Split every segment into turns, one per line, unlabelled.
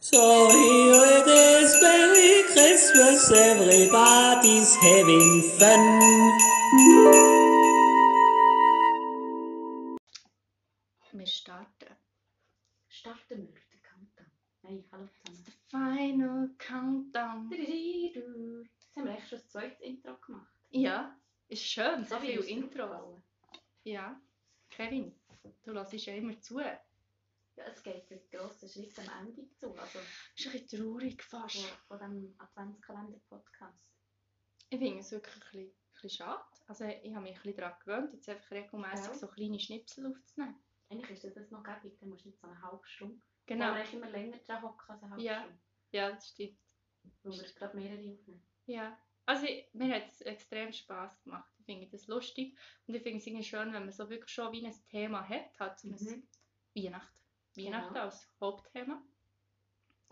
So here it is, Merry Christmas, everybody's having fun.
Wir starten.
Starten wir den Countdown. Nein, hallo zusammen.
The Final Countdown.
Diridu. Jetzt haben wir echt schon das zweite Intro gemacht.
Ja, ist schön, so viel
ist es
Intro.
aufgefallen.
Ja, Kevin, du hörst ja immer zu. Ist
Ja, es geht mit grossen Schritten am Ende zu. Also
ein bisschen traurig
von,
fast.
von dem Adventskalender-Podcast.
Ich finde es wirklich ein bisschen, ein bisschen schade. Also ich habe mich ein bisschen daran gewöhnt, jetzt einfach regelmäßig
Ja.
so kleine Schnipsel aufzunehmen.
Eigentlich ist dir das noch gäbig, dann musst du nicht so eine halbe Stunde.
Genau.
Aber immer länger dran hocken als eine halbe
Ja.
Stunde.
Ja, das stimmt.
Weil wir gerade mehrere aufnehmen.
Ja. Also ich, mir hat es extrem Spass gemacht. Ich finde das lustig. Und ich finde es irgendwie schön, wenn man so wirklich schon wie ein Thema hat. Halt so ein
Mhm.
Weihnachten. Weihnachten
Genau.
als Hauptthema.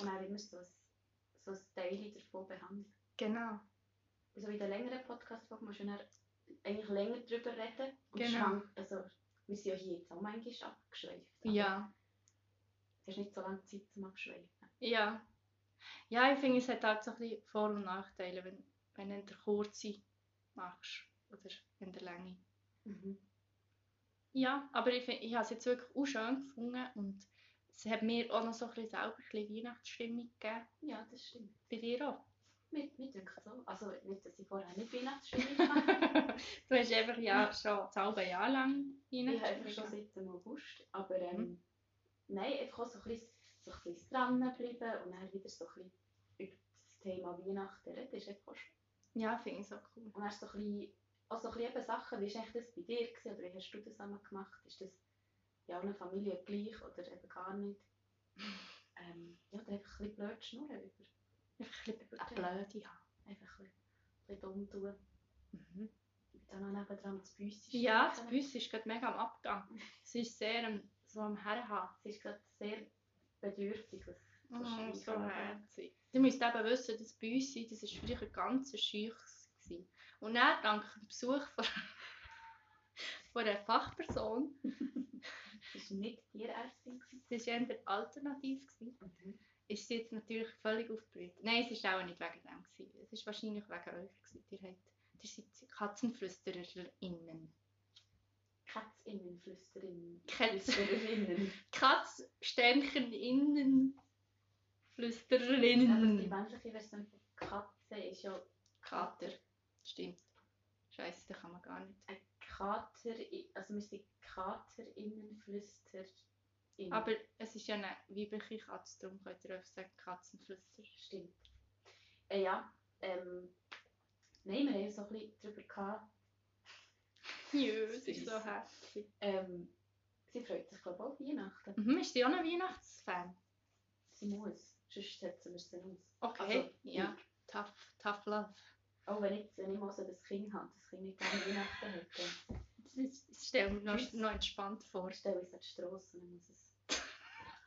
Und dann immer so ein, so ein Teil davon behandeln.
Genau.
Also in den längeren Podcast-Folgen musst du dann eigentlich länger drüber reden. Und
Genau.
schwank- Also, wir sind ja hier jetzt auch manchmal abgeschweift. aber
Ja.
Es ist nicht so lange Zeit zum Abschweifen.
Ja. Ja, ich finde, es hat halt so ein bisschen Vor- und Nachteile, wenn, wenn du den kurzen machst oder in der Länge. Mhm. Ja, aber ich, find- ich habe es jetzt wirklich auch schön gefunden und es hat mir auch noch so ein bisschen selber ein bisschen Weihnachtsstimmung gegeben.
Ja, das stimmt.
Bei dir auch.
Mir, mir denkt so. Also nicht, dass ich vorher nicht Weihnachtsstimmung mache.
du hast einfach ja schon das halbe Jahr lang
ich habe einfach schon
Weihnachtsstimmung.
seit dem August. Aber
Mhm.
ähm, nein, einfach auch so ein bisschen, so ein bisschen dranbleiben und dann wieder so ein bisschen über das Thema Weihnachten reden. ist einfach auch schön.
Ja, finde ich so cool.
Und dann so ein bisschen, auch so ein bisschen eben Sachen, wie ist eigentlich das bei dir gewesen, oder wie hast du das einmal gemacht? Ist das in allen Familien gleich oder eben gar nicht? Ähm, ja, da einfach ein bisschen blöd schnurren über.
Einfach ein bisschen eine blöde Hand.
Einfach ein bisschen, ein bisschen dumm tun.
Mhm.
Und dann noch nebenan das Büsschen.
Ja, das Büss ist gerade mega am Abgang. Es ist sehr am- so am Herrenhaben.
Es ist gerade sehr bedürftig, was
Oh,
schwierig
so
aber-
herzig. Du musst eben wissen, dass Büssi, das war früher ein ganz scheuches. gewesen. Und dann, dank dem Besuch von, von einer Fachperson,
Es ist nicht Tierärztin. gewesen.
das war eher alternativ, gewesen, ist sie jetzt natürlich völlig aufgeblüht. Nein, es war auch nicht wegen dem. Gewesen. Es war wahrscheinlich wegen euch. Gewesen. Ihr, habt, ihr seid KatzenflüstererInnen.
Katzinnen, Flüsterin.
Katz-
Flüsterinnen.
Katzsterncheninnen
Also die
Flüstererinnen.
menschliche Version von Katze ist ja
Kater. Stimmt. Scheiße, da kann man gar nicht.
ein Kater. Also wir sind Katerinnen, Flüsterinnen.
Aber es ist ja eine weibliche Katze, darum könnt ihr auch sagen Katzenflüster.
Stimmt. Äh, ja, ähm, nein, wir haben so ein bisschen darüber gehabt,
Ja, es ist so herzig.
ähm, sie freut sich, glaube ich, auch auf Weihnachten.
Mhm, ist die auch ein Weihnachtsfan?
Sie muss, sonst setzen wir sie aus.
Okay,
Also,
ja. Tough, tough love.
Auch wenn ich, wenn ich mal so das Kind habe, das Kind nicht gerne Weihnachten hat,
Das das stelle ich mir noch, noch entspannt vor.
dann stelle ich es an die Strasse und dann muss es...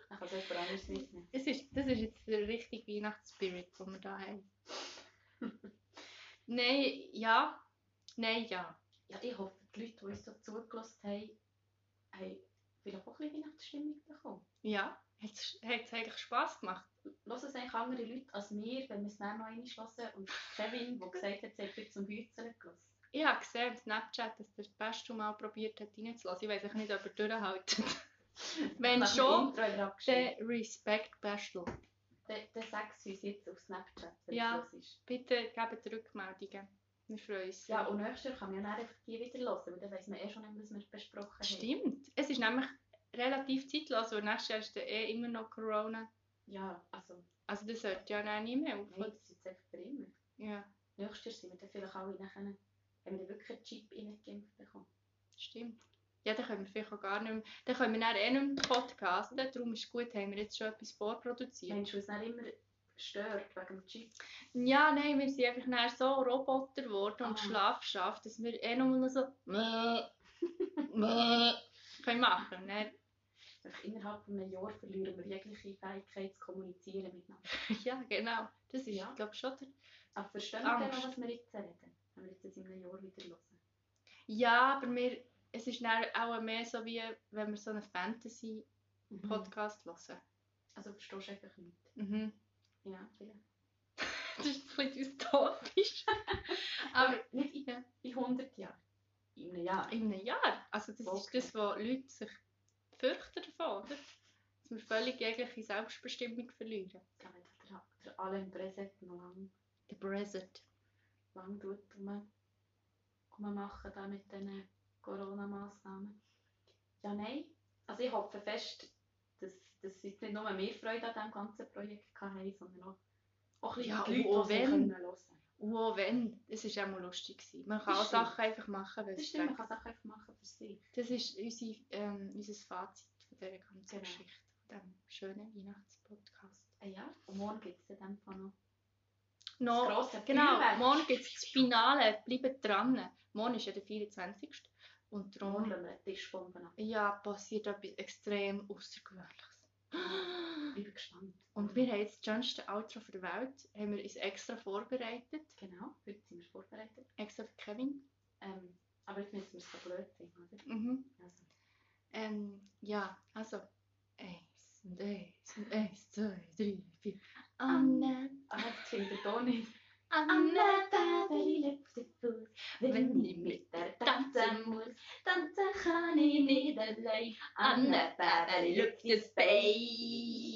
Dann kann es jemand anderes mitnehmen.
Das ist, das ist jetzt der richtige Weihnachtsspirit, den wir da haben. Nein, ja. Nein, ja.
Ja, ich hoffe, die Leute, die uns so zugelassen haben, haben vielleicht auch ein bisschen Weihnachtsstimmung bekommen.
Ja. Hat es eigentlich Spass gemacht?
Lass es eigentlich andere Leute als mir, wenn wir es dann noch einschlossen und Kevin, der gesagt hat, sie hat heute zum Hützeln gelassen.
Ich habe gesehen im Snapchat, dass der Pesto mal probiert hat, reinzulassen. Ich weiß auch nicht, ob er durchhält. Wenn
Nach dem
schon,
Intro haben wir abgeschrieben.
Der Respect Pesto.
Dann dann sag es uns jetzt auf Snapchat, wenn
Ja.
es los ist.
Bitte gebt Rückmeldungen. Wir freuen uns.
Ja,
sehr.
und nächstes Jahr kann man ja dann einfach die wieder hören, weil dann weiss man eh schon nicht, was wir besprochen haben.
Stimmt. Es ist nämlich relativ zeitlos, weil nächstes Jahr ist dann eh immer noch Corona.
Ja, also,
Also das hört ja dann nicht mehr auf.
nein, das ist jetzt einfach für immer.
Ja,
Nächstes Jahr sind wir dann vielleicht alle nachher, haben wir dann wirklich einen Chip reingeimpft bekommen.
stimmt. Ja, dann können wir vielleicht auch gar nicht mehr, dann können wir dann eh nicht mehr podcasten. Darum ist gut, haben wir jetzt schon etwas vorproduziert.
Menschen, die es dann immer stört wegen dem Chip.
Ja, nein, wir sind einfach nachher so Roboter geworden und
Ah.
schlafschaft, dass wir eh nur noch so «Mäh, mäh» können machen. Und dann-
Einfach innerhalb von einem Jahr verlieren wir jegliche Fähigkeit zu kommunizieren miteinander.
Ja, genau. Das ist,
Ja.
glaube ich, schon der
Aber verstehen wir denn
Angst.
noch, was wir jetzt reden? Wenn wir jetzt das in einem Jahr wieder hören.
Ja, aber mir, Mhm.
Mhm.
es ist dann auch mehr so wie, wenn wir so einen Fantasy-Podcast hören.
Also verstehst du einfach nicht.
Mhm.
Ja, vielleicht.
Das ist ein bisschen dystopisch. Aber
nicht in,
ja,
in 100 Jahren. In einem Jahr.
in einem Jahr. Also das
Okay.
ist das, was Leute sich fürchten davon, oder? Dass wir völlig jegliche Selbstbestimmung verlieren.
Ja, wenn der, Tra- der Alain Preset noch lang,
The present.
lang tut, rum- rummachen da mit diesen Corona-Massnahmen. Ja, nein. Also ich hoffe fest, dass, dass jetzt nicht nur mehr Freude an diesem ganzen Projekt hatten, sondern auch, auch ein bisschen
Ja,
die Leute, die
und
es
wenn-
können hören können.
Und auch wenn, es ist auch mal lustig gewesen. Man kann
Das
auch
stimmt.
Sachen einfach machen, wenn
Das
es
stimmt, man
denkt.
kann Sachen einfach machen für sich.
Das ist unsere, ähm, unser Fazit von dieser ganzen
Genau.
Geschichte, von diesem schönen Weihnachtspodcast.
Ah ja, und morgen gibt es in dem Fall noch
Noch-
das grosse
Genau,
Feuerwerk.
morgen gibt es das Finale, bleibt dran. Morgen ist ja der 24. Und
Morgen
darum
lassen wir eine Tischbombe ab.
ja, passiert etwas extrem Außergewöhnliches.
Ich bin gespannt.
Und wir haben jetzt das schönste Outro der Welt, haben wir uns extra vorbereitet,
Genau, heute sind wir vorbereitet.
extra für Kevin.
Ähm, aber jetzt müssen wir es so blöd sein, oder?
Mhm.
Also,
Ähm, ja, also, eins und eins und eins, zwei, drei, vier.
Anne,
Anne,
ah, jetzt klingt der Toni.
Anne,
da, der liebste Fuß, wenn ich mit der tanzen muss, tanzen kann ich nicht allein. Anne, da, der liebste Bein.